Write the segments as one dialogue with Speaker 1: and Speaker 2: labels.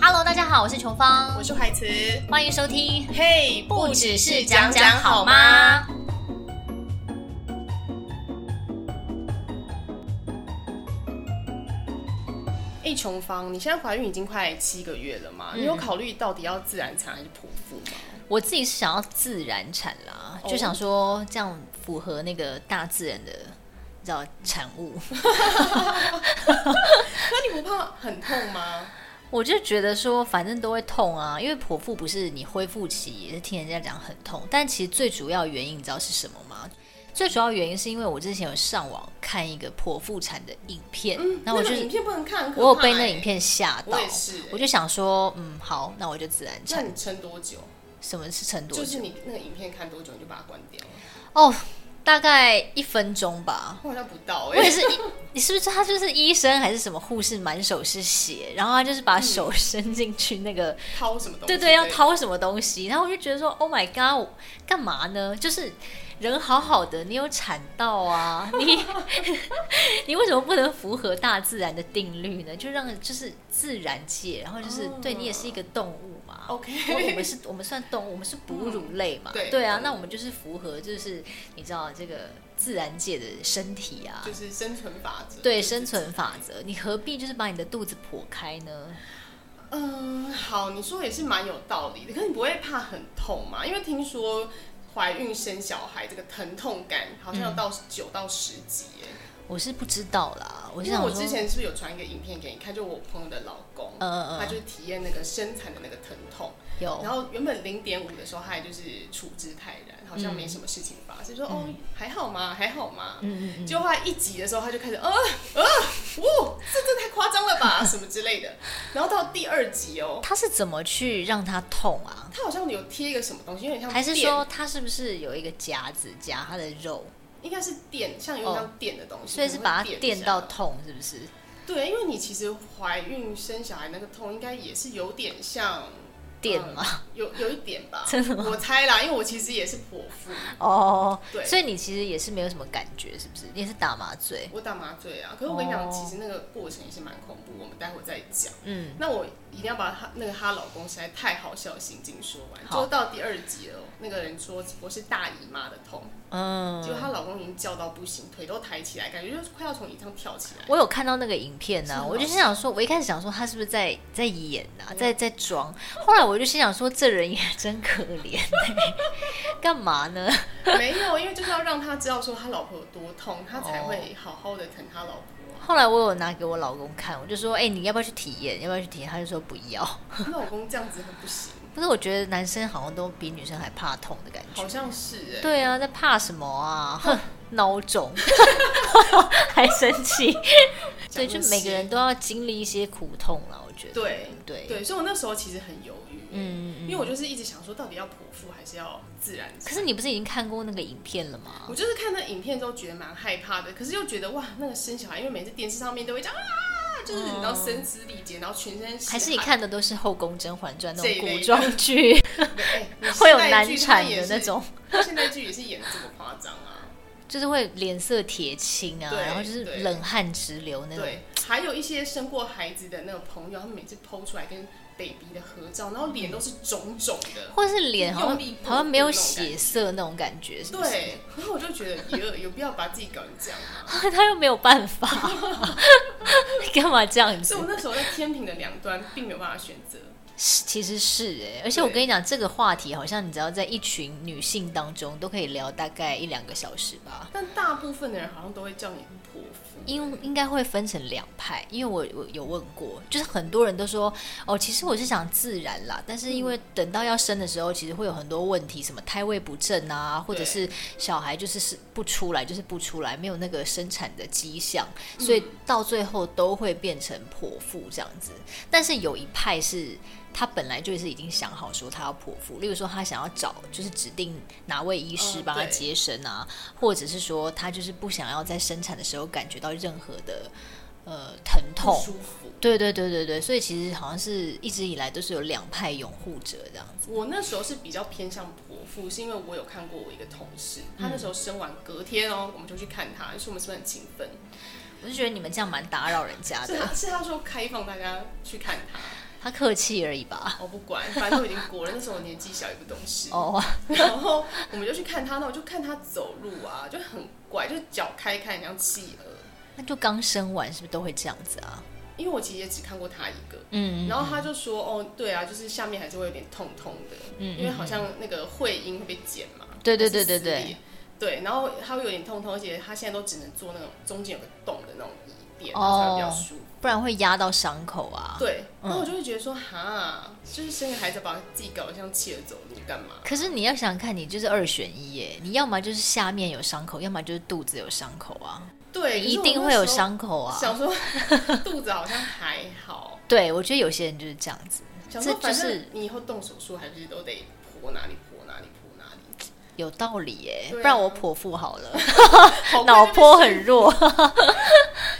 Speaker 1: Hello，大家好，我是琼芳，
Speaker 2: 我是海慈。
Speaker 1: 欢迎收听，
Speaker 2: 嘿、
Speaker 1: 不只是讲讲好吗？
Speaker 2: 哎，琼芳，你现在怀孕已经快七个月了嘛？你有考虑到底要自然产还是剖腹吗？
Speaker 1: 我自己是想要自然产啦，
Speaker 2: 哦
Speaker 1: 就想说这样符合那个大自然的，你知道产物。
Speaker 2: 可你不怕很痛吗？
Speaker 1: 我就觉得说，反正都会痛啊，因为剖腹不是你恢复期，也是听人家讲很痛，但其实最主要原因你知道是什么吗？最主要原因是因为我之前有上网看一个剖腹产的影片，那我
Speaker 2: 嗯个
Speaker 1: 就
Speaker 2: 影片不能看，很可
Speaker 1: 我有被
Speaker 2: 怕
Speaker 1: 那
Speaker 2: 欸
Speaker 1: 影。片吓到，
Speaker 2: 我也是欸
Speaker 1: 我就想说，嗯，好，那我就自然
Speaker 2: 那
Speaker 1: 产。
Speaker 2: 你撑多久？
Speaker 1: 什么是撑多久？
Speaker 2: 就是你那个影片看多久你就把它关掉？
Speaker 1: 哦，大概一分钟吧。
Speaker 2: 我好像不到
Speaker 1: 我
Speaker 2: 哎、
Speaker 1: 也是一，你是不是他就是医生还是什么护士？满手是血，然后他就是把
Speaker 2: 嗯
Speaker 1: 手伸进去那个，
Speaker 2: 掏什么东西？
Speaker 1: 对对，要。掏什么东西。然后我就觉得说，Oh my god，我干嘛呢？就是人好好的，你有产道啊， 你你为什么不能符合大自然的定律呢？就让就是自然界，然后就是、
Speaker 2: 哦
Speaker 1: 对你也是一个动物嘛。我我
Speaker 2: OK，
Speaker 1: 们是，我们算动物，我们是哺乳类嘛？
Speaker 2: 嗯对
Speaker 1: 啊，
Speaker 2: 嗯
Speaker 1: 那我们就是符合，就是你知道这个自然界的身体啊，
Speaker 2: 就是生存法则。
Speaker 1: 对生。存法则，你何必就是把你的肚子剖开呢？
Speaker 2: 嗯，好，你说也是蛮有道理的。可是你不会怕很痛吗？因为听说怀孕生小孩这个疼痛感好像要到九到十级耶。
Speaker 1: 我是不知道啦，嗯我是
Speaker 2: 因为
Speaker 1: 想
Speaker 2: 我
Speaker 1: 说，
Speaker 2: 之前是不是有传一个影片给你看？就我朋友的老公，
Speaker 1: 嗯嗯嗯哦
Speaker 2: 他就是体验那个生产的那个疼痛。
Speaker 1: 有
Speaker 2: 然后原本零点五的时候，他也就是处之泰然，好像没什么事情发生，
Speaker 1: 嗯
Speaker 2: 说哦还好吗？还好吗？嗯嗯结果他一急的时候，他就开始呃呃，哦，这这太夸张了吧，什么之类的。然后到第二集哦，
Speaker 1: 他是怎么去让它痛啊？
Speaker 2: 他好像有贴一个什么东西，有点像
Speaker 1: 还是
Speaker 2: 垫
Speaker 1: 说他是不是有一个夹子夹它的肉，
Speaker 2: 应该是垫，像有点像垫的东
Speaker 1: 哦
Speaker 2: 西，
Speaker 1: 所以是把它
Speaker 2: 垫
Speaker 1: 电到。痛，是不是？
Speaker 2: 对，因为你其实怀孕生小孩那个痛，应该也是有点像
Speaker 1: 电吗？
Speaker 2: 有有一点 吧，
Speaker 1: 真的
Speaker 2: 我猜啦，因为我其实也是剖腹，
Speaker 1: 哦，
Speaker 2: 嗯对
Speaker 1: 所以你其实也是没有什么感觉，是不是？你也是打麻醉，
Speaker 2: 我打麻醉啊。可是我跟你讲，
Speaker 1: 哦
Speaker 2: 其实那个过程也是蛮恐怖，我们待会再讲。
Speaker 1: 嗯，
Speaker 2: 那我一定要把她那个她老公实在太好笑的行径说完。
Speaker 1: 好
Speaker 2: 就到第二集了，那个人说我是大姨妈的痛，
Speaker 1: 嗯
Speaker 2: 结果她老公已经叫到不行，腿都抬起来，感觉就是快要从椅上跳起来。
Speaker 1: 我有看到那个影片呢、
Speaker 2: 是吗嗯
Speaker 1: 我就心想说，我一开始想说他是不是在在演呐、在在装，后来我就心想说，这人也真可怜、欸， 干嘛呢？
Speaker 2: 没有，因为就是要让他知道说他老婆有多痛，他才会好好的疼他老婆啊。
Speaker 1: 后来我有拿给我老公看，我就说，哎、你要不要去体验？要不要去体验？他就说不要。
Speaker 2: 她老公这样子很不行，
Speaker 1: 不是，我觉得男生好像都比女生还怕痛的感觉
Speaker 2: 好。像是哎、
Speaker 1: 对啊，在怕什么啊？ 哼，孬种，还生 气。对，就每个人都要经历一些苦痛了，我觉得。
Speaker 2: 对
Speaker 1: 对
Speaker 2: 对，所以我那时候其实很犹豫，嗯，
Speaker 1: 嗯，
Speaker 2: 因为我就是一直想说，到底要剖腹还是要自然
Speaker 1: 可
Speaker 2: 产？
Speaker 1: 是你不是已经看过那个影片了吗？
Speaker 2: 我就是看那影片之后觉得蛮害怕的，可是又觉得哇，那个生小孩，因为每次电视上面都会讲啊，就是你知道声嘶力竭，然后全身是
Speaker 1: 还是啊你
Speaker 2: 汗
Speaker 1: 看的都是《后宫甄嬛传》那
Speaker 2: 这一
Speaker 1: 种
Speaker 2: 类
Speaker 1: 古
Speaker 2: 的
Speaker 1: 装 剧，
Speaker 2: 哎你
Speaker 1: 会有
Speaker 2: 现代剧
Speaker 1: 难
Speaker 2: 他
Speaker 1: 产
Speaker 2: 们也
Speaker 1: 的
Speaker 2: 是
Speaker 1: 那，种，
Speaker 2: 哎现代剧也是演得这么夸张啊。
Speaker 1: 就是会脸色铁青啊，
Speaker 2: 对
Speaker 1: 然后就是
Speaker 2: 对
Speaker 1: 冷汗直流那种。
Speaker 2: 对，还有一些生过孩子的那个朋友，他们每次剖出来跟 baby 的合照，然后脸都是肿肿 的。
Speaker 1: 或者是脸好像
Speaker 2: 用力过度
Speaker 1: 好像没有
Speaker 2: 那种感
Speaker 1: 血色那种感觉，是不是？
Speaker 2: 对，然后我就觉得，也有必要把自己搞成 这样吗？
Speaker 1: 他又没有办法， 你干嘛这样子
Speaker 2: 所以？我那时候在天平的两端，并没有办法选择。
Speaker 1: 是其实是哎、而且我
Speaker 2: 对
Speaker 1: 跟你讲，这个话题好像你只要在一群女性当中都可以聊大概一两个小时吧。
Speaker 2: 但大部分的人好像都会叫你泼妇，
Speaker 1: 应应该会分成两派，因为我我有问过，就是很多人都说哦，其实我是想自然啦，但是因为等到要生的时候，其实会有很多问题，什么胎位不正啊，或者
Speaker 2: 对
Speaker 1: 是小孩就是是不出来，就是不出来，没有那个生产的迹象，
Speaker 2: 嗯
Speaker 1: 所以到最后都会变成剖腹这样子。但是有一派是。他本来就是已经想好说他要剖腹，例如说他想要找就是指定哪位医师
Speaker 2: 嗯
Speaker 1: 帮他
Speaker 2: 对
Speaker 1: 接生啊，或者是说他就是不想要在生产的时候感觉到任何的呃疼
Speaker 2: 不
Speaker 1: 痛。
Speaker 2: 舒服。
Speaker 1: 对对对对对，所以其实好像是一直以来都是有两派拥护者这样子。
Speaker 2: 我那时候是比较偏向泼妇，是因为我有看过我一个同事，他那时候生完隔天哦，我们就去看他，就是我们是不是很勤奋？
Speaker 1: 我就觉得你们这样蛮打扰人家
Speaker 2: 是啊
Speaker 1: 的。
Speaker 2: 他是他说开放大家去看他，
Speaker 1: 他客气而已吧。
Speaker 2: 我不管，反正都已经过了。那时候我年纪小，也不懂事。
Speaker 1: 哦，
Speaker 2: 然后我们就去看他，那我就看他走路啊，就很怪，就是脚开开，很像企鹅。
Speaker 1: 那就刚生完是不是都会这样子啊？
Speaker 2: 因为我其实也只看过他一个，
Speaker 1: 嗯，
Speaker 2: 然后他就说，哦，对啊，就是下面还是会有点痛痛的，
Speaker 1: 嗯
Speaker 2: 因为好像那个会阴会被剪嘛，
Speaker 1: 对对
Speaker 2: 还是
Speaker 1: 对对
Speaker 2: 撕
Speaker 1: 对
Speaker 2: 裂，对，然后他会有点痛痛，而且他现在都只能坐那种中间有个洞的那种椅垫，然啊后才会比较
Speaker 1: 哦
Speaker 2: 舒服。
Speaker 1: 不然会压到伤口啊。
Speaker 2: 对，
Speaker 1: 嗯
Speaker 2: 然后我就会觉得说，哈，就是生个孩子把自己搞得像企鹅走路干嘛？
Speaker 1: 可是你要想想看，你就是二选一耶，你要么就是下面有伤口，要么就是肚子有伤口啊，
Speaker 2: 对，
Speaker 1: 一定会有伤口
Speaker 2: 口
Speaker 1: 啊。
Speaker 2: 想说 肚子好像还好，
Speaker 1: 对，我觉得有些人就是这样子，
Speaker 2: 想说
Speaker 1: 这就
Speaker 2: 反
Speaker 1: 是
Speaker 2: 正你以后动手术还不是都得剖哪里剖哪里剖哪 里，
Speaker 1: 有道理耶。
Speaker 2: 对啊
Speaker 1: 不然我剖腹好了，
Speaker 2: 好快
Speaker 1: 脑
Speaker 2: 就被
Speaker 1: 波很弱。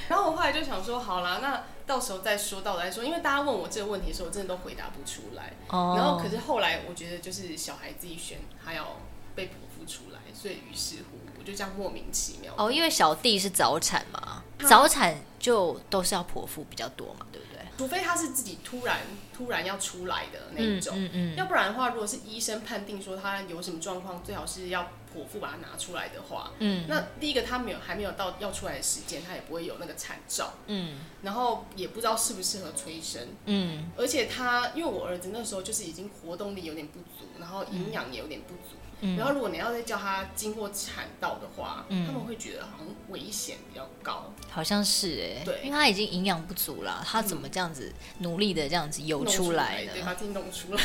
Speaker 2: 然后我后来就想说，好啦，那到时候再说到来说，因为大家问我这个问题的时候，我真的都回答不出来。
Speaker 1: 哦，
Speaker 2: 然后可是后来我觉得，就是小孩自己选，他要被剖腹出来，所以于是乎我就这样莫名其妙。
Speaker 1: 哦，因为小弟是早产嘛，
Speaker 2: 嗯
Speaker 1: 早产就都是要剖腹比较多嘛，对不对？
Speaker 2: 除非他是自己突然突然要出来的那一种，
Speaker 1: 嗯嗯
Speaker 2: 要不然的话，如果是医生判定说他有什么状况，最好是要剖腹把它拿出来的话，
Speaker 1: 嗯
Speaker 2: 那第一个他没有还没有到要出来的时间，他也不会有那个产兆，
Speaker 1: 嗯
Speaker 2: 然后也不知道适不适合催生。
Speaker 1: 嗯
Speaker 2: 而且他，因为我儿子那时候就是已经活动力有点不足，然后营养也有点不足，
Speaker 1: 嗯
Speaker 2: 然后如果你要再叫他经过产道的话，
Speaker 1: 嗯
Speaker 2: 他们会觉得好像危险比较高，
Speaker 1: 嗯，好像是哎，
Speaker 2: 对
Speaker 1: 因为他已经营养不足了，他怎么这样子努力的这样子游嗯
Speaker 2: 弄
Speaker 1: 出来
Speaker 2: 对，
Speaker 1: 呢？
Speaker 2: 把自己弄出来，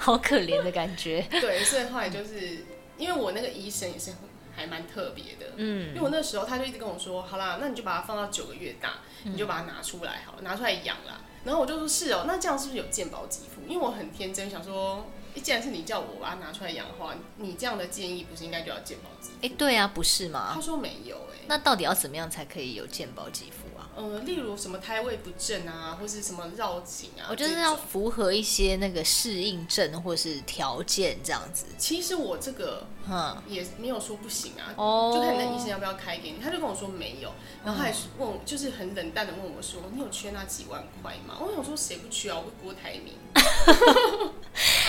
Speaker 1: 好可怜的感觉。
Speaker 2: 对，所以后来就是因为我那个医生也是很还蛮特别的。因为
Speaker 1: 嗯
Speaker 2: 我那时候他就一直跟我说，好啦，那你就把它放到九个月大，
Speaker 1: 嗯
Speaker 2: 你就把它拿出来好了，拿出来养啦。然后我就说是哦，那这样是不是有健保给付？因为我很天真，想说，诶既然是你叫我把它拿出来养的话，你这样的建议不是应该就要健保给付？
Speaker 1: 哎，对啊，不是
Speaker 2: 他
Speaker 1: 吗？
Speaker 2: 说没有哎、
Speaker 1: 那到底要怎么样才可以有健保给付啊？
Speaker 2: 呃，例如什么胎位不正啊，或是什么绕颈啊，
Speaker 1: 我觉得
Speaker 2: 这
Speaker 1: 要
Speaker 2: 种
Speaker 1: 符合一些那个适应症或是条件这样子，
Speaker 2: 其实我这个
Speaker 1: 嗯，
Speaker 2: 也没有说不行啊，
Speaker 1: 哦，
Speaker 2: 就看你的医生要不要开给你。他就跟我说没有，然后他还是问我，就是很冷淡的问我说，你有缺那几万块吗？我想说谁不缺啊，我郭台铭。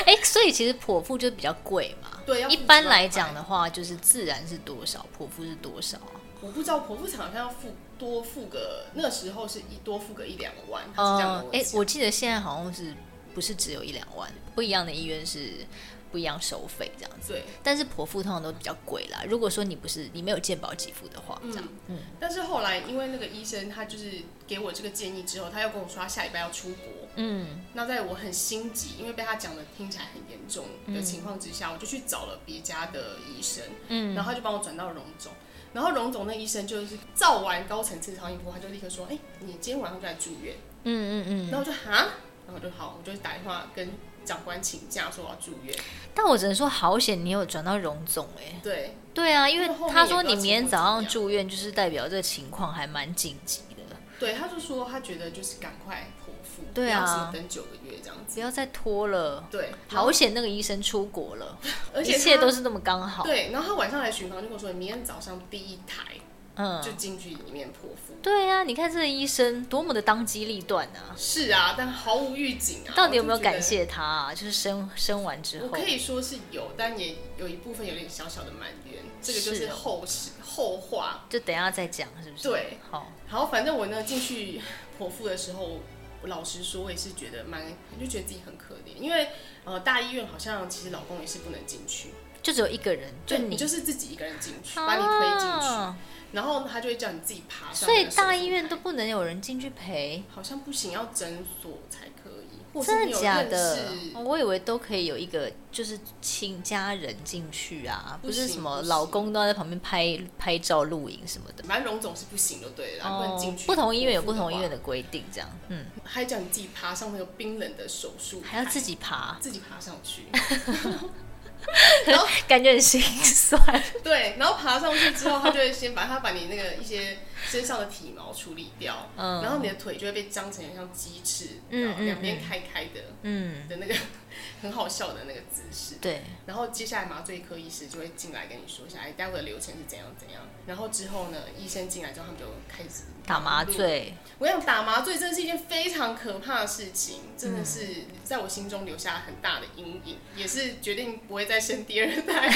Speaker 1: 哎，所以其实剖腹就比较贵嘛。
Speaker 2: 对，要付
Speaker 1: 一般
Speaker 2: 几万块
Speaker 1: 来讲的，话，就是自然是多少，剖腹是多少啊？
Speaker 2: 我不知道剖腹产好像要付多付个，那时候是一多付个一两万，他是这样跟我
Speaker 1: 哎、
Speaker 2: 讲。
Speaker 1: 我记得现在好像是不是只有一两万？不一样的医院是不一样收费这样子，
Speaker 2: 对，
Speaker 1: 但是剖腹通常都比较贵啦。如果说你不是你没有健保给付的话，这样，嗯
Speaker 2: 嗯，但是后来因为那个医生他就是给我这个建议之后，他又跟我说他下礼拜要出国，
Speaker 1: 嗯
Speaker 2: 那在我很心急，因为被他讲的听起来很严重的情况之下，我就去找了别家的医生，
Speaker 1: 嗯，
Speaker 2: 然后他就帮我转到荣总，然后荣总那医生就是照完高层次超音波，他就立刻说，哎、你今天晚上就来住院，
Speaker 1: 嗯嗯
Speaker 2: 然
Speaker 1: 嗯。
Speaker 2: 后我就哈，然后我就好，我就打电话跟长官请假说我要住院，
Speaker 1: 但我只能说好险你有转到荣总哎、
Speaker 2: 对
Speaker 1: 对啊，因为
Speaker 2: 那后面
Speaker 1: 他
Speaker 2: 也
Speaker 1: 说
Speaker 2: 不知
Speaker 1: 你
Speaker 2: 道
Speaker 1: 明天
Speaker 2: 情
Speaker 1: 早
Speaker 2: 况怎
Speaker 1: 上
Speaker 2: 样
Speaker 1: 住院，就是代表这个情况还蛮紧急的，
Speaker 2: 对，他就说他觉得就是赶快剖腹，
Speaker 1: 对啊
Speaker 2: 不要什么等九个月这样
Speaker 1: 不
Speaker 2: 子，
Speaker 1: 要再拖了。
Speaker 2: 对，啊
Speaker 1: 好险那个医生出国了，
Speaker 2: 而且
Speaker 1: 一切
Speaker 2: 他
Speaker 1: 都是那么刚好。
Speaker 2: 对，然后他晚上来巡房就跟我说，你明天早上第一台
Speaker 1: 嗯，
Speaker 2: 就进去里面剖腹。
Speaker 1: 对啊，你看这个医生多么的当机立断啊！
Speaker 2: 是啊，但毫无预警啊。
Speaker 1: 到底有没有
Speaker 2: 我就觉得
Speaker 1: 感？谢他、啊？就是生生完之
Speaker 2: 我
Speaker 1: 后
Speaker 2: 可，以说是有，但也有一部分有点小小的埋怨，这个就是是
Speaker 1: 哦
Speaker 2: 后事后话。
Speaker 1: 就等一下再讲，是不是？
Speaker 2: 对，
Speaker 1: 好，
Speaker 2: 好，反正我呢进去剖腹的时候，我老实说，我也是觉得蛮，我就觉得自己很可怜，因为呃大医院好像其实老公也是不能进去，
Speaker 1: 就只有一个人，
Speaker 2: 对
Speaker 1: 你
Speaker 2: 你就是自己一个人进去，
Speaker 1: 啊
Speaker 2: 把你推进去，然后他就会叫你自己爬
Speaker 1: 所
Speaker 2: 上那
Speaker 1: 以
Speaker 2: 个手术台。
Speaker 1: 大医院都不能有人进去陪，
Speaker 2: 好像不行，要诊所才可以，或者是
Speaker 1: 真
Speaker 2: 你
Speaker 1: 的
Speaker 2: 有
Speaker 1: 假
Speaker 2: 认
Speaker 1: 的
Speaker 2: 识？
Speaker 1: 哦我以为都可以有一个就是亲家人进去啊，
Speaker 2: 不
Speaker 1: 不是
Speaker 2: 行
Speaker 1: 什么
Speaker 2: 不行
Speaker 1: 老公都要在旁边拍拍照、录影什么的。
Speaker 2: 反正荣总是不行就对了啦，不能进去。
Speaker 1: 哦不同医院有不同医院
Speaker 2: 的
Speaker 1: 的规定，这样，嗯，
Speaker 2: 话，还叫你自己爬上那个冰冷的手术台，
Speaker 1: 还要自己爬，
Speaker 2: 自己爬上去。
Speaker 1: 感觉很心酸。
Speaker 2: 对，然后爬上去之后，他就会先把他把你那个一些身上的体毛处理掉，
Speaker 1: 嗯
Speaker 2: 然后你的腿就会被张成很像鸡翅，
Speaker 1: 嗯
Speaker 2: 然后两边
Speaker 1: 嗯嗯
Speaker 2: 开开的
Speaker 1: 嗯，
Speaker 2: 的那个 很好笑的那个姿势。
Speaker 1: 对，
Speaker 2: 然后接下来麻醉科医师就会进来跟你说一下，哎，待会的流程是怎样怎样。然后之后呢，医生进来之后，他们就开始
Speaker 1: 打麻。醉，
Speaker 2: 我想打麻醉真的是一件非常可怕的事情，
Speaker 1: 嗯
Speaker 2: 真的是在我心中留下很大的阴影，也是决定不会再生第二胎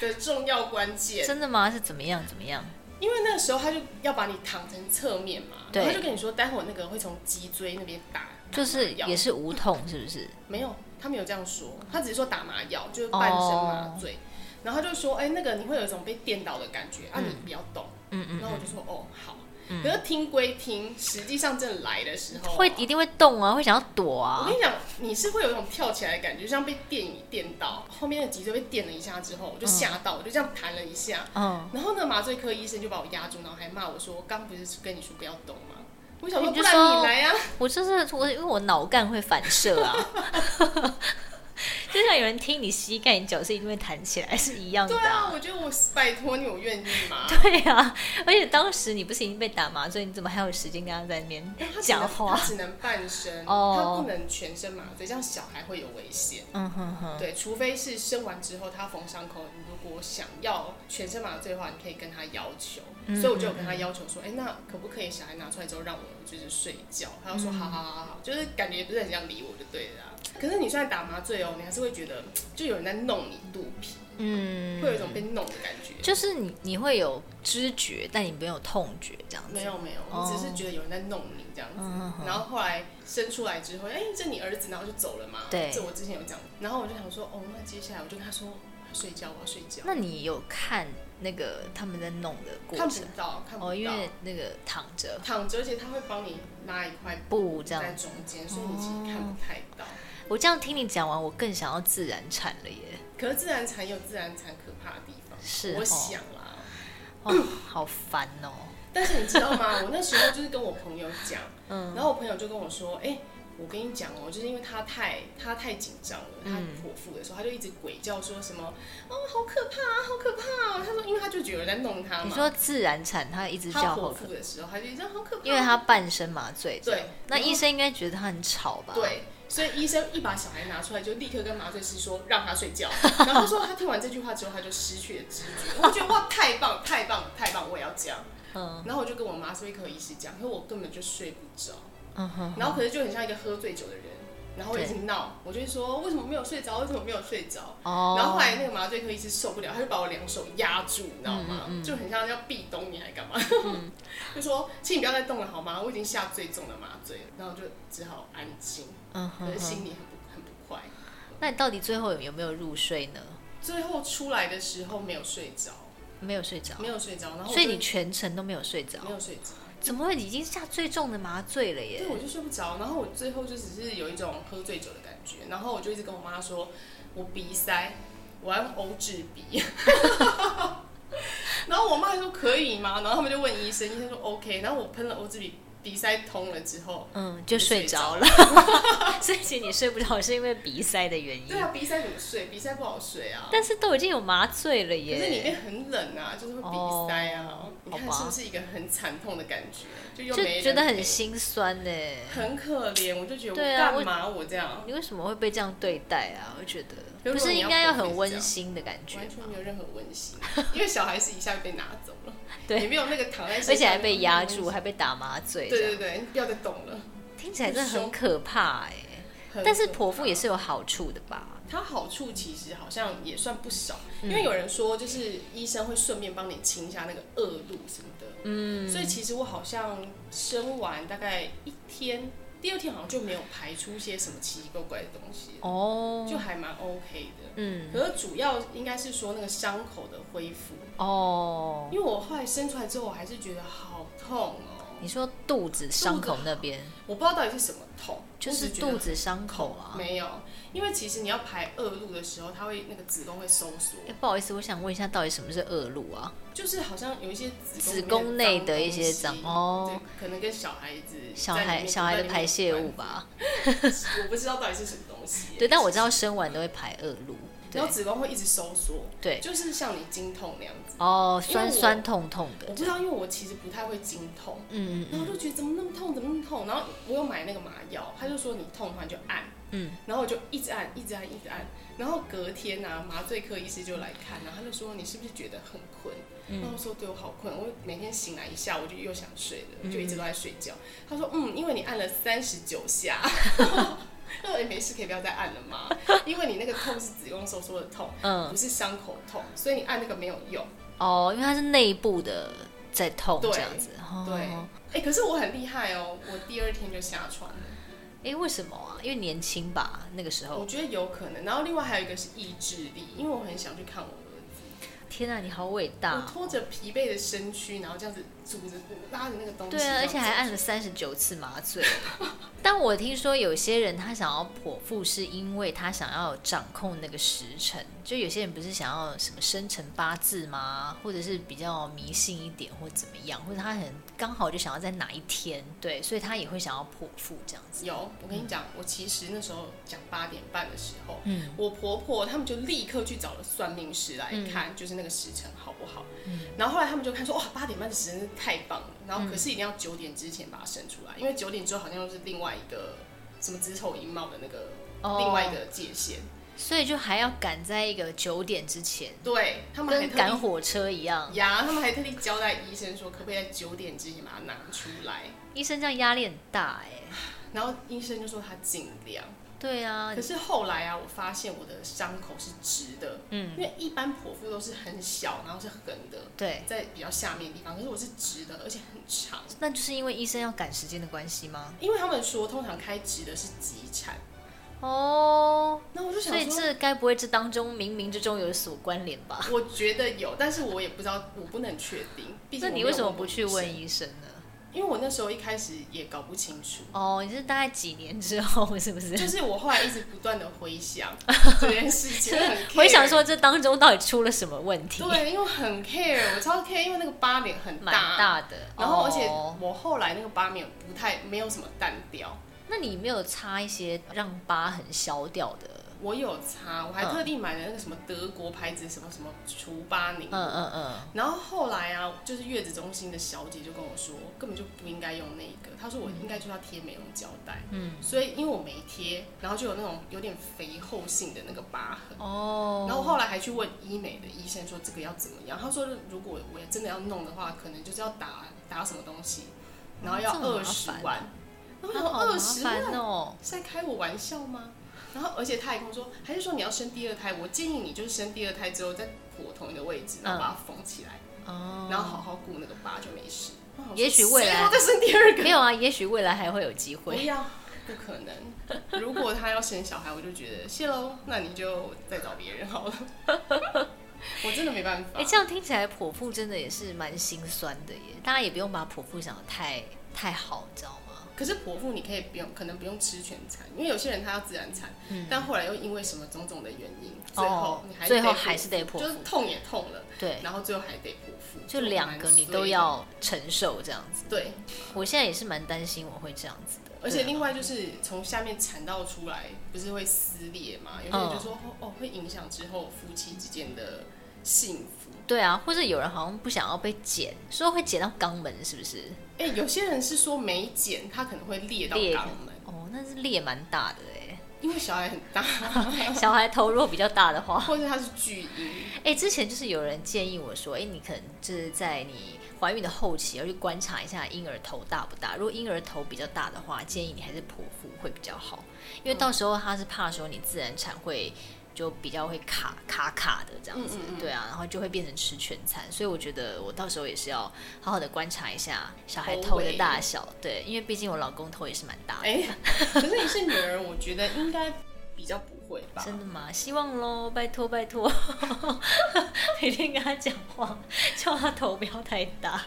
Speaker 2: 的重要关 键。
Speaker 1: 真的吗？是怎么样？怎么样？
Speaker 2: 因为那个时候他就要把你躺成侧面嘛，
Speaker 1: 对
Speaker 2: 然后他就跟你说，待会儿那个会从脊椎那边打，
Speaker 1: 就是
Speaker 2: 药
Speaker 1: 也是无痛，是不是？
Speaker 2: 没有，他没有这样说，他只是说打麻药，就是半身麻醉。然后他就说，哎、那个你会有一种被电到的感觉啊，你不要动。
Speaker 1: 嗯嗯
Speaker 2: 然后我就说，哦，好。
Speaker 1: 嗯
Speaker 2: 可是听归听，实际上真的来的时候啊、
Speaker 1: 会一定会动啊，会想要躲
Speaker 2: 我
Speaker 1: 啊
Speaker 2: 跟，你讲，你是会有一种跳起来的感觉，就像被电椅电到，后面的脊椎被电了一下之后，我就吓到，我就这样弹了一下。
Speaker 1: 嗯，
Speaker 2: 然后呢，麻醉科医生就把我压住，然后还骂我说：“刚不是跟你说不要动吗？”我想说，
Speaker 1: 你
Speaker 2: 不
Speaker 1: 就
Speaker 2: 然
Speaker 1: 说
Speaker 2: 你来啊！
Speaker 1: 我就是我，因为我脑干会反射啊。 就像有人踢你膝盖，你脚是一定会弹起来，是一样的
Speaker 2: 对啊，
Speaker 1: 啊、
Speaker 2: 我觉得我拜托你，我愿意嘛。
Speaker 1: 对啊，而且当时你不是已经被打麻醉，你怎么还有时间跟他在那边
Speaker 2: 他只能
Speaker 1: 讲话
Speaker 2: 他？只能半身，
Speaker 1: 哦
Speaker 2: 他不能全身麻醉，这样小孩会有危险。
Speaker 1: 嗯哼哼，
Speaker 2: 对，除非是生完之后他缝伤口，你如果想要全身麻醉的话，你可以跟他要求。
Speaker 1: 嗯
Speaker 2: 所以我就有跟他要求说，哎、那可不可以小孩拿出来之后让我就是睡觉？他就
Speaker 1: 嗯
Speaker 2: 说好好好好好，就是感觉不是很想理我就对了啊、可是你虽然打麻醉哦，你还是会觉得就有人在弄你肚皮，
Speaker 1: 嗯
Speaker 2: 会有一种被弄的感觉。
Speaker 1: 就是你你会有知觉，但你没有痛觉这样子。
Speaker 2: 没有没有，
Speaker 1: 哦
Speaker 2: 我只是觉得有人在弄你这样子。
Speaker 1: 嗯哼哼
Speaker 2: 然后后来生出来之后，哎、这你儿子，然后就走了嘛。
Speaker 1: 对
Speaker 2: 这我之前有讲。然后我就想说，哦，那接下来我就跟他说，哦我要睡觉，我要睡觉。
Speaker 1: 那你有看那个他们在弄的过
Speaker 2: 看不
Speaker 1: 程？
Speaker 2: 到，看不到。
Speaker 1: 哦，因为那个躺着
Speaker 2: 躺着，而且他会帮你拉一块
Speaker 1: 布这样
Speaker 2: 在中
Speaker 1: 哦
Speaker 2: 间，所以你其实看不太到。
Speaker 1: 我这样听你讲完，我更想要自然产了耶！
Speaker 2: 可是自然产有自然产可怕的地方，
Speaker 1: 是
Speaker 2: 我
Speaker 1: 哦
Speaker 2: 想啦。
Speaker 1: 哦，好烦哦。
Speaker 2: 但是你知道吗？我那时候就是跟我朋友讲，
Speaker 1: 嗯
Speaker 2: 然后我朋友就跟我说，哎、我跟你讲哦，就是因为他太他太紧张了，他
Speaker 1: 嗯
Speaker 2: 剖腹的时候，他就一直鬼叫说什么，哦，好可怕啊，好可怕啊！他说，因为他就觉得有人在弄他
Speaker 1: 嗯你
Speaker 2: 嘛，
Speaker 1: 说自然产，他一直
Speaker 2: 他
Speaker 1: 叫
Speaker 2: 剖
Speaker 1: 后可
Speaker 2: 腹，的时候，他就一直好可怕，啊
Speaker 1: 因为他半身麻醉。
Speaker 2: 对，
Speaker 1: 那
Speaker 2: 然后
Speaker 1: 医生应该觉得他很吵吧？，
Speaker 2: 对，所以医生一把小孩拿出来，就立刻跟麻醉师说让他 睡觉。然后他说他听完这句话之后，他就失去了知觉。我觉得哇，太棒，太棒，太棒，我也要这样。
Speaker 1: 嗯
Speaker 2: 然后我就跟我麻醉科医师讲，因为我根本就睡不着。
Speaker 1: 嗯哼，
Speaker 2: 然后可是就很像一个喝醉酒的人，然后我一直闹，我就会说为什么没有睡着，为什么没有睡着。
Speaker 1: 哦，
Speaker 2: 然后后来那个麻醉科医师受不了，他就把我两手压住，你知道吗？
Speaker 1: 嗯嗯嗯嗯
Speaker 2: 就很像要壁咚你还干嘛？ 就说请你不要再动了好吗？我已经下最重的麻醉了，然后就只好安静。
Speaker 1: 嗯
Speaker 2: 可
Speaker 1: 哼
Speaker 2: 是心
Speaker 1: 哼，
Speaker 2: 里很不很不快。
Speaker 1: 那你到底最后有没有入睡呢？
Speaker 2: 最后出来的时候没有睡着，
Speaker 1: 没有睡着，
Speaker 2: 没有睡着，然后我
Speaker 1: 所以
Speaker 2: 就
Speaker 1: 你全程都没有睡着，
Speaker 2: 没有睡着，
Speaker 1: 怎么会已经下最重的麻醉了耶
Speaker 2: 对，？我就睡不着。然后我最后就只是有一种喝醉酒的感觉，然后我就一直跟我妈说，我鼻塞，我要用欧治鼻。 然后我妈还说可以吗？然后他们就问医生，医生说 OK。然后我喷了欧治鼻，鼻塞通了之后，
Speaker 1: 嗯，就睡着了。 所以其实你睡不着是因为鼻塞的原因
Speaker 2: 对。啊，鼻塞怎么睡？鼻塞不好睡啊。
Speaker 1: 但是都已经有麻醉了耶。
Speaker 2: 可是里面很冷啊，就是会鼻塞啊
Speaker 1: 哦，
Speaker 2: 你看
Speaker 1: 好吧
Speaker 2: 是不是一个很惨痛的感觉？就又
Speaker 1: 就
Speaker 2: 没人
Speaker 1: 觉得
Speaker 2: 陪
Speaker 1: 很心酸呢。
Speaker 2: 很可怜，我就觉得我
Speaker 1: 对啊
Speaker 2: 干嘛我这样，
Speaker 1: 你为什么会被这样对待啊？我觉得
Speaker 2: 如果
Speaker 1: 不是
Speaker 2: 你要
Speaker 1: 应该要
Speaker 2: 破费
Speaker 1: 很
Speaker 2: 是这
Speaker 1: 温
Speaker 2: 样
Speaker 1: 馨的感觉
Speaker 2: 完全
Speaker 1: 吗？
Speaker 2: 没有任何温馨，因为小孩是一下就被拿走了，
Speaker 1: 对
Speaker 2: 也没有那个躺在身上，
Speaker 1: 而且还被压住，，还被打麻醉，
Speaker 2: 对对，对，你不要再动了。
Speaker 1: 听起来真的
Speaker 2: 很
Speaker 1: 很可怕哎。
Speaker 2: 很
Speaker 1: 但是
Speaker 2: 可怕
Speaker 1: 剖腹也是有好处的吧？
Speaker 2: 它好处其实好像也算不少，因
Speaker 1: 嗯
Speaker 2: 为有人说就是医生会顺便帮你清一下那个恶露什么的，嗯，所以其实我好像生完大概一天，第二天好像就没有排出些什么奇奇怪怪的东西，
Speaker 1: 哦，
Speaker 2: 就还蛮 OK 的。
Speaker 1: 嗯，
Speaker 2: 可是主要应该是说那个伤口的恢复，
Speaker 1: 哦，
Speaker 2: 因为我后来生出来之后，我还是觉得好痛哦，
Speaker 1: 你说肚子伤口那边
Speaker 2: 我不知道到底是什么痛，
Speaker 1: 就是
Speaker 2: 我只觉得
Speaker 1: 肚子伤口啊？
Speaker 2: 没有，因为其实你要排恶露的时候，它会那个子宫会收缩，
Speaker 1: 哎，不好意思，我想问一下，到底什么是恶露啊？
Speaker 2: 就是好像有一些子
Speaker 1: 子宫内
Speaker 2: 的
Speaker 1: 的一些脏
Speaker 2: 对
Speaker 1: 哦，，
Speaker 2: 可能跟小孩子
Speaker 1: 小
Speaker 2: 在里
Speaker 1: 孩
Speaker 2: 面
Speaker 1: 小孩的排泄，
Speaker 2: 不
Speaker 1: 物吧？
Speaker 2: 断地有关系我不知道到底是什么东西。
Speaker 1: 对，但我知道生完都会排恶露。
Speaker 2: 然后子宫会一直收缩，
Speaker 1: 对
Speaker 2: 就是像你经痛那样子。
Speaker 1: 哦，
Speaker 2: 因为
Speaker 1: 酸
Speaker 2: 我
Speaker 1: 酸痛痛
Speaker 2: 我
Speaker 1: 的
Speaker 2: 不知，道，因为我其实不太会经痛，
Speaker 1: 嗯
Speaker 2: 然后我就觉得怎么那么痛，怎么那么痛。然后我有买那个麻药，他就说你痛的话你就按，
Speaker 1: 嗯，
Speaker 2: 然后我就一直按，一直按，一直按。然后隔天啊，麻醉科医师就来看，啊然后他就说你是不是觉得很困？
Speaker 1: 嗯
Speaker 2: 然后我说对我好困，我每天醒来一下我就又想睡了，我就
Speaker 1: 嗯
Speaker 2: 一直都在睡觉。他说嗯，因为你按了三十九 下。那我也没事，可以不要再按了嘛，因为你那个痛是子宫收缩的痛，
Speaker 1: 嗯
Speaker 2: 不是伤口痛，所以你按那个没有用。
Speaker 1: 哦，因为它是内部的在痛
Speaker 2: 对
Speaker 1: 这样子，哦
Speaker 2: 对，哎、可是我很厉害哦，我第二天就下床了。
Speaker 1: 哎，为什么啊？因为年轻吧，那个时
Speaker 2: 我
Speaker 1: 候。
Speaker 2: 觉得有可能。然后另外还有一个是意志力，因为我很想去看我儿子，
Speaker 1: 天啊，你好伟大
Speaker 2: 我
Speaker 1: 哦！
Speaker 2: 拖着疲惫的身躯，然后这样子拄着拉着那个东西，
Speaker 1: 对啊，而且还
Speaker 2: 然后
Speaker 1: 按了三十九次麻 醉。但我听说有些人他想要剖腹，是因为他想要掌控那个时辰。就有些人不是想要什么生辰八字吗？或者是比较迷信一点，或怎么样，或者他很刚好就想要在哪一天，对，所以他也会想要剖腹这样子。
Speaker 2: 有。我跟你讲，我其实那时候讲八点半的时候，
Speaker 1: 嗯
Speaker 2: 我婆婆他们就立刻去找了算命师来
Speaker 1: 嗯
Speaker 2: 看，就是那个时辰好不好。然后后来他们就看说，哇，八点半的时辰真的太棒了。然后可是一定要九点之前把它生出来，因为九点之后好像又是另外一个什么子丑寅卯的那个、
Speaker 1: 哦
Speaker 2: 另外一个界限。
Speaker 1: 所以就还要赶在一个九点之前，
Speaker 2: 对他们还
Speaker 1: 跟
Speaker 2: 特
Speaker 1: 赶
Speaker 2: 地
Speaker 1: 火车一样。
Speaker 2: 呀，他们还特地交代医生说，可不可以在九点之前把它拿出来。
Speaker 1: 医生这样压力很大哎、
Speaker 2: 然后医生就说他尽量，
Speaker 1: 对啊
Speaker 2: 可，是后来啊，我发现我的伤口是直的，
Speaker 1: 嗯，
Speaker 2: 因为一般剖腹都是很小，然后是横的，
Speaker 1: 对，
Speaker 2: 在比较下面的地方，可是我是直的，而且很长。
Speaker 1: 那就是因为医生要赶时间的关系吗？
Speaker 2: 因为他们说通常开直的是急产，
Speaker 1: 哦，
Speaker 2: 那我就想
Speaker 1: 所以
Speaker 2: 说，
Speaker 1: 这该不会这当中冥冥之中有所关联吧？
Speaker 2: 我觉得有，但是我也不知道，我不能确定。毕竟
Speaker 1: 那
Speaker 2: 我
Speaker 1: 你
Speaker 2: 没有
Speaker 1: 为什么
Speaker 2: 过
Speaker 1: 不去
Speaker 2: 医
Speaker 1: 问
Speaker 2: 生？
Speaker 1: 医生呢？
Speaker 2: 因为我那时候一开始也搞不清楚，
Speaker 1: 哦，你是大概几年之后 是不是？
Speaker 2: 就是我后来一直不断的回想这件事 情，很 care
Speaker 1: 我也想说，这当中到底出了什么问题？
Speaker 2: 对，啊因为很 care，我超 care，因为那个疤脸很
Speaker 1: 蛮大的。
Speaker 2: 然后而且
Speaker 1: 哦
Speaker 2: 我后来那个疤面不太没有什么淡掉，
Speaker 1: 那你没有擦一些让疤痕消掉的？
Speaker 2: 我有擦，
Speaker 1: 嗯
Speaker 2: 我还特地买了那个什么德国牌子什么什么除疤
Speaker 1: 嗯
Speaker 2: 凝。
Speaker 1: 嗯嗯，
Speaker 2: 然后后来啊，就是月子中心的小姐就跟我说，根本就不应该用那个，她说我应该就要贴美容胶带，
Speaker 1: 嗯，
Speaker 2: 所以因为我没贴，然后就有那种有点肥厚性的那个疤痕。
Speaker 1: 哦，
Speaker 2: 然后后来还去问医美的医生说这个要怎么样，他说如果我真的要弄的话，可能就是要打打什么东西，然后要
Speaker 1: 这么
Speaker 2: 二
Speaker 1: 麻
Speaker 2: 十
Speaker 1: 烦
Speaker 2: 万，然后
Speaker 1: 那好
Speaker 2: 二
Speaker 1: 麻
Speaker 2: 十
Speaker 1: 烦
Speaker 2: 万
Speaker 1: 哦。
Speaker 2: 是在开我玩笑吗？然后而且他还跟我说，还是说你要生第二胎，我建议你就是生第二胎之后再裹同一个位置，然后把它缝起来，
Speaker 1: 哦，
Speaker 2: 然后好好顾那个疤就没事。我想说
Speaker 1: 也许未来
Speaker 2: 谁要再生第二个
Speaker 1: 没有啊，也许未来还会有机
Speaker 2: 不
Speaker 1: 会。
Speaker 2: 要，不可能。如果他要生小孩，我就觉得谢喽，那你就再找别人 好了。我真的没办法。
Speaker 1: 哎、这样听起来剖腹真的也是蛮心酸的耶。大家也不用把剖腹想的太太好，你知道吗？
Speaker 2: 可是剖腹你可以不用，可能不用吃全产，因为有些人他要自然产，
Speaker 1: 嗯
Speaker 2: 但后来又因为什么种种的原因，最
Speaker 1: 哦
Speaker 2: 后你还
Speaker 1: 最后
Speaker 2: 得
Speaker 1: 还是得剖
Speaker 2: 就是
Speaker 1: 腹
Speaker 2: 痛也痛了，
Speaker 1: 对，
Speaker 2: 然后最后还得剖腹，
Speaker 1: 就
Speaker 2: 蛮
Speaker 1: 两个你
Speaker 2: 衰
Speaker 1: 都
Speaker 2: 的。
Speaker 1: 要承受这样子。
Speaker 2: 对，
Speaker 1: 我现在也是蛮担心我会这样子的，
Speaker 2: 而
Speaker 1: 对
Speaker 2: 且
Speaker 1: 啊
Speaker 2: 另外就是从下面产到出来，不是会撕裂嘛？有些人就说哦哦，会影响之后夫妻之间的幸福。
Speaker 1: 对啊，或者有人好像不想要被剪，说会剪到肛门，是不是？
Speaker 2: 哎、有些人是说没剪，他可能会裂到
Speaker 1: 裂
Speaker 2: 肛门，
Speaker 1: 哦，那是裂蛮大的 哎。
Speaker 2: 因为小孩很 大，
Speaker 1: 小孩头如果比较大的话，
Speaker 2: 或者他是巨婴。
Speaker 1: 哎、之前就是有人建议我说，哎、你可能就是在你怀孕的后期要去观察一下婴儿头大不大。如果婴儿头比较大的话，建议你还是剖腹会比较好，因为到时候他是怕说你自然产会就比较会卡卡卡的这样子，对啊，然后就会变成吃全餐。所以我觉得我到时候也是要好好的观察一下小孩
Speaker 2: 头
Speaker 1: 头的
Speaker 2: 围
Speaker 1: 大小，对，因为毕竟我老公头也是蛮大的。
Speaker 2: 哎、可是你是女儿，我觉得应该比较不会吧？
Speaker 1: 真的吗？希望喽，拜托拜托， 每天跟他讲话，叫他头不要太大。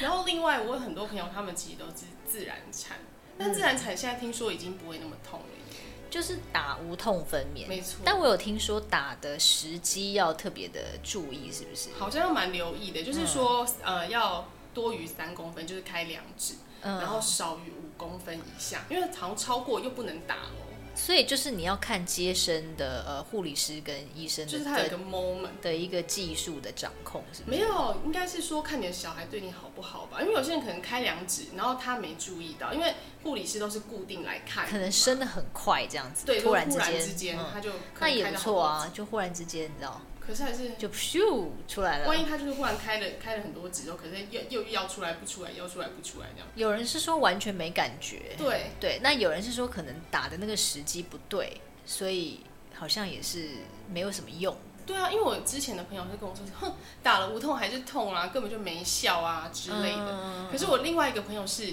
Speaker 2: 然后另外，我有很多朋友，他们其实都是自然产，但自然产现在听说已经不会那么痛了耶。
Speaker 1: 就是打无痛分娩，
Speaker 2: 没错
Speaker 1: 但我有听说打的时机要特别的注意，是不是？
Speaker 2: 好像蛮留意的，就是说、呃要多于三公分，就是开两指，
Speaker 1: 嗯，
Speaker 2: 然后少于五公分以下，因为好像超过又不能打了。
Speaker 1: 所以就是你要看接生的呃护理师跟医生的
Speaker 2: 就是他有一
Speaker 1: 的
Speaker 2: 个 moment。
Speaker 1: 的一个技术的掌控，是不是？
Speaker 2: 没有，应该是说看你的小孩对你好不好吧，因为有些人可能开两指，然后他没注意到，因为护理师都是固定来看的嘛，
Speaker 1: 可能生的很快这样子，
Speaker 2: 对，
Speaker 1: 突
Speaker 2: 突
Speaker 1: 然
Speaker 2: 然
Speaker 1: 之间，
Speaker 2: 之间
Speaker 1: 嗯，
Speaker 2: 他就
Speaker 1: 那
Speaker 2: 可能
Speaker 1: 也
Speaker 2: 开
Speaker 1: 不
Speaker 2: 到
Speaker 1: 错
Speaker 2: 好
Speaker 1: 啊，就忽然之间，你知道，
Speaker 2: 多指，可是还是
Speaker 1: 就咻出来
Speaker 2: 万一
Speaker 1: 了。
Speaker 2: 他就是忽然开了开了很多指之后，可是又又又要出来不出来，要出来不出来这样。
Speaker 1: 有人是说完全没感觉，
Speaker 2: 对，
Speaker 1: 对，那有人是说可能打的那个时机不对，所以好像也是没有什么用。
Speaker 2: 对啊，因为我之前的朋友就跟我说，哼，打了无痛还是痛啊，根本就没效啊之类的。
Speaker 1: 嗯
Speaker 2: 可是我另外一个朋友是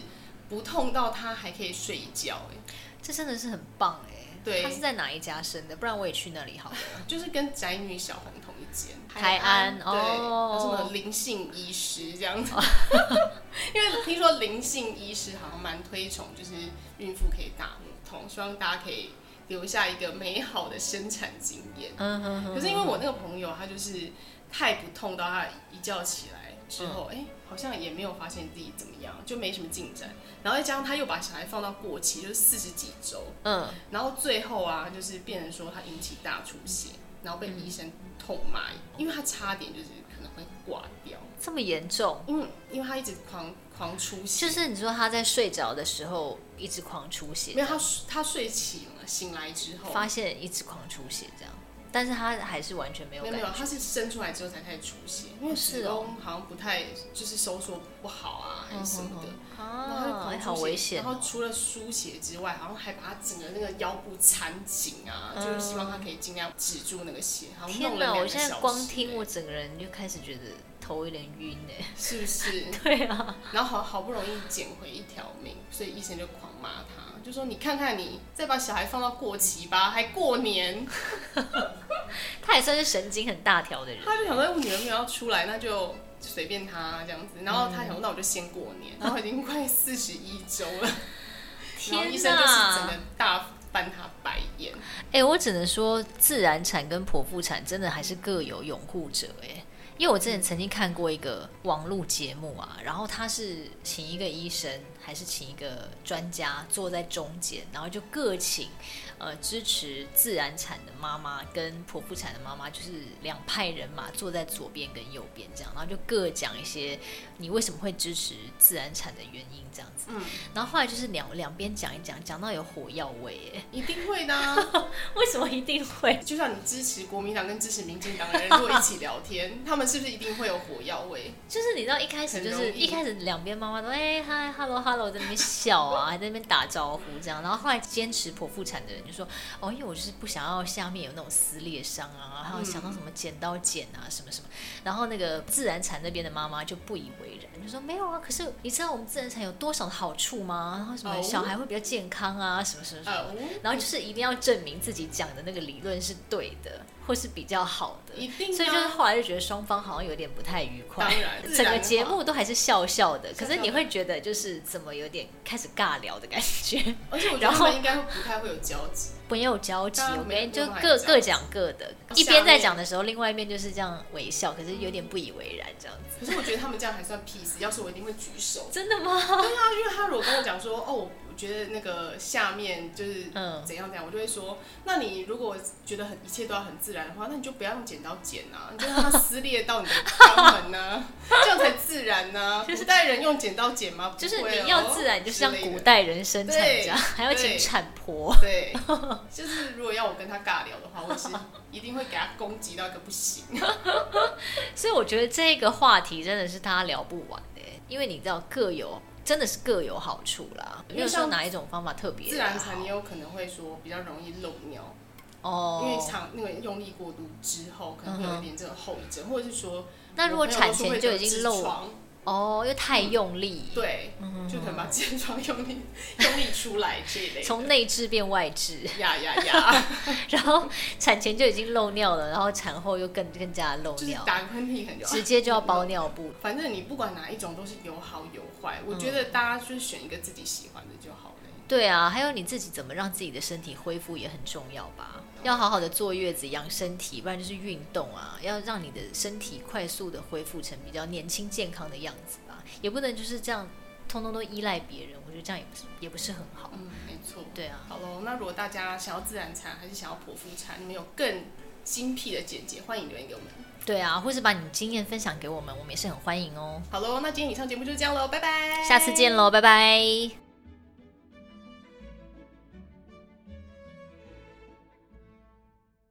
Speaker 2: 不痛到他还可以睡一觉、欸，
Speaker 1: 这真的是很棒哎、
Speaker 2: 对
Speaker 1: 他是在哪一家生的？不然我也去那里好了。
Speaker 2: 就是跟宅女小红同一间，
Speaker 1: 台安
Speaker 2: 对，
Speaker 1: 哦
Speaker 2: 有什么灵性医师这样子。 因为听说灵性医师好像蛮推崇，就是孕妇可以打无痛，希望大家可以留下一个美好的生产经验。
Speaker 1: 嗯哼哼
Speaker 2: 可是因为我那个朋友，他就是太不痛到他一觉起来之后，
Speaker 1: 嗯
Speaker 2: 哎、好像也没有发现自己怎么样，就没什么进展。然后再加上他又把小孩放到过期，就是四十几周，
Speaker 1: 嗯，
Speaker 2: 然后最后啊，就是变成说他引起大出血，然后被医生痛骂，因为他差点就是可能会挂掉，
Speaker 1: 这么严重，
Speaker 2: 因为因为他一直狂狂出血，
Speaker 1: 就是你说他在睡着的时候一直狂出血，
Speaker 2: 没有他睡他睡醒了，醒来之后
Speaker 1: 发现一直狂出血这样，但是他还是完全没有
Speaker 2: 没有
Speaker 1: 感
Speaker 2: 没有，
Speaker 1: 觉。
Speaker 2: 他是生出来之后才开始出血，因为
Speaker 1: 是
Speaker 2: 子
Speaker 1: 哦
Speaker 2: 宫好像不太就是收缩不好啊，还
Speaker 1: 嗯
Speaker 2: 是什么的。然后他就
Speaker 1: 啊，哎
Speaker 2: 狂
Speaker 1: 好
Speaker 2: 出血
Speaker 1: 危险
Speaker 2: 然后
Speaker 1: 哦！
Speaker 2: 除了输血之外，好像还把他整个那个腰部缠紧啊，就是希望他可以尽量止住那个血。好
Speaker 1: 嗯
Speaker 2: 像
Speaker 1: 天
Speaker 2: 弄了两
Speaker 1: 我
Speaker 2: 个
Speaker 1: 现在
Speaker 2: 小
Speaker 1: 光
Speaker 2: 时
Speaker 1: 听
Speaker 2: 欸
Speaker 1: 我整个人就开始觉得头有点晕 哎。
Speaker 2: 是不是？
Speaker 1: 对啊，
Speaker 2: 然后好好不容易捡回一条命，所以医生就狂骂他，就说你看看你再把小孩放到过期吧，还过年。
Speaker 1: 他也算是神经很大条的人。
Speaker 2: 他就想说哎我女儿没有要出来，那就就随便她这样子。然后他想说那我就先过 年，然后已经快四十一周了，然后医
Speaker 1: 天
Speaker 2: 生就是
Speaker 1: 哪
Speaker 2: 整个！大翻他白眼。
Speaker 1: 哎、我只能说，自然产跟剖腹产真的还是各有拥护者哎、因为我之
Speaker 2: 嗯
Speaker 1: 前曾经看过一个网络节目啊，然后他是请一个医生还是请一个专家坐在中间，然后就各请呃支持自然产的妈妈跟剖腹产的妈妈，就是两派人马坐在左边跟右边这样，然后就各讲一些你为什么会支持自然产的原因这样子，
Speaker 2: 嗯，
Speaker 1: 然后后来就是两两边讲一讲，讲到有火药味哎、
Speaker 2: 一定会的、 啊。
Speaker 1: 为什么一定会？
Speaker 2: 就像你支持国民党跟支持民进党的人，如果一起聊天， 他们是不是一定会有火药味？
Speaker 1: 就是你知道一开始就
Speaker 2: 很
Speaker 1: 是
Speaker 2: 容易
Speaker 1: 一开始两边妈妈都哎嗨 hello hello 在那边笑啊，还在那边打招呼这样，然后后来坚持剖腹产的人就说哦，因为我就是不想要下面有那种撕裂伤啊，还有想到什么剪刀剪啊什么什么，然后那个自然产那边的妈妈就不以为然，就说没有啊，可是你知道我们自然产有多少的好处吗？然后什么
Speaker 2: 哦
Speaker 1: 小孩会比较健康啊，什么什么什么，
Speaker 2: 哦，
Speaker 1: 然后就是一定要证明自己讲的那个理论是对的，或是比较好的，
Speaker 2: 一定、啊。
Speaker 1: 所以就是后来就觉得双方好像有点不太愉快，
Speaker 2: 当然
Speaker 1: 整个节目都还是笑笑的，
Speaker 2: 自
Speaker 1: 可
Speaker 2: 然化
Speaker 1: 是你会觉得就是怎么有点开始尬聊的感 觉，
Speaker 2: 而且我觉
Speaker 1: 然
Speaker 2: 得他
Speaker 1: 后
Speaker 2: 们应该不太会有交集。
Speaker 1: 没有交集，
Speaker 2: 当然
Speaker 1: 我跟你就
Speaker 2: 没有
Speaker 1: 各
Speaker 2: 没有
Speaker 1: 各讲各的，
Speaker 2: 面
Speaker 1: 一边在讲的时候，另外一边就是这样微笑，可是有点不以为然这样子，
Speaker 2: 可是我觉得他们这样还算 peace，要是我一定会举手。
Speaker 1: 真的吗？
Speaker 2: 对啊，因为他如果跟我讲说，哦，我觉得那个下面就是
Speaker 1: 嗯
Speaker 2: 怎样怎样，我就会说，那你如果觉得很一切都要很自然的话，那你就不要用剪刀剪 啊，你就让它撕裂到你的肛门啊，这样才自 然呢、啊。古代人用剪刀剪吗？不
Speaker 1: 就是
Speaker 2: 会哦
Speaker 1: 你要自然，你就像
Speaker 2: 之类的
Speaker 1: 古代人生产这样，
Speaker 2: 对
Speaker 1: 还要请
Speaker 2: 对
Speaker 1: 产婆。
Speaker 2: 对，就是如果要我跟他尬聊的话，我是一定会给他攻击到一个 不行。
Speaker 1: 啊所以我觉得这个话题真的是大家聊不完的欸，因为你知道各有真的是各有好处啦，没
Speaker 2: 因为
Speaker 1: 有说
Speaker 2: 像
Speaker 1: 哪一种方法特别
Speaker 2: 自然
Speaker 1: 好
Speaker 2: 产也有可能会说比较容易漏尿，
Speaker 1: 哦，
Speaker 2: 因为长那个用力过度之后，可能会有一点这种后遗症，或者是说，
Speaker 1: 那如果
Speaker 2: 我朋友
Speaker 1: 产
Speaker 2: 都说
Speaker 1: 前
Speaker 2: 会
Speaker 1: 就已
Speaker 2: 得
Speaker 1: 经
Speaker 2: 痔
Speaker 1: 漏嗯
Speaker 2: 疮
Speaker 1: 哦，因为太用力，，
Speaker 2: 对，就可能把痔疮用力用力出来这一类的，
Speaker 1: 从内痔变外痔，
Speaker 2: 呀呀呀，
Speaker 1: 然后产前就已经漏尿了，然后产后又更更加漏
Speaker 2: 就是
Speaker 1: 尿，
Speaker 2: 打个喷嚏很久。
Speaker 1: 直接就要包尿布。
Speaker 2: 反正你不管哪一种都是有好有坏，我
Speaker 1: 嗯
Speaker 2: 觉得大家就是选一个自己喜欢的就好了。
Speaker 1: 对啊，还有你自己怎么让自己的身体恢复也很重要吧？要好好的坐月子养身体，不然就是运动啊，要让你的身体快速的恢复成比较年轻健康的样子吧，也不能就是这样通通都依赖别人，我觉得这样也不是也不是很好。
Speaker 2: 嗯，没错。
Speaker 1: 对啊，
Speaker 2: 好喽，那如果大家想要自然产还是想要剖腹产，你们有更精辟的见解，欢迎留言给我们。
Speaker 1: 对啊，或是把你经验分享给我们，我们也是很欢迎哦。
Speaker 2: 好喽，那今天以上节目就是这样喽，拜拜，
Speaker 1: 下次见喽，拜拜。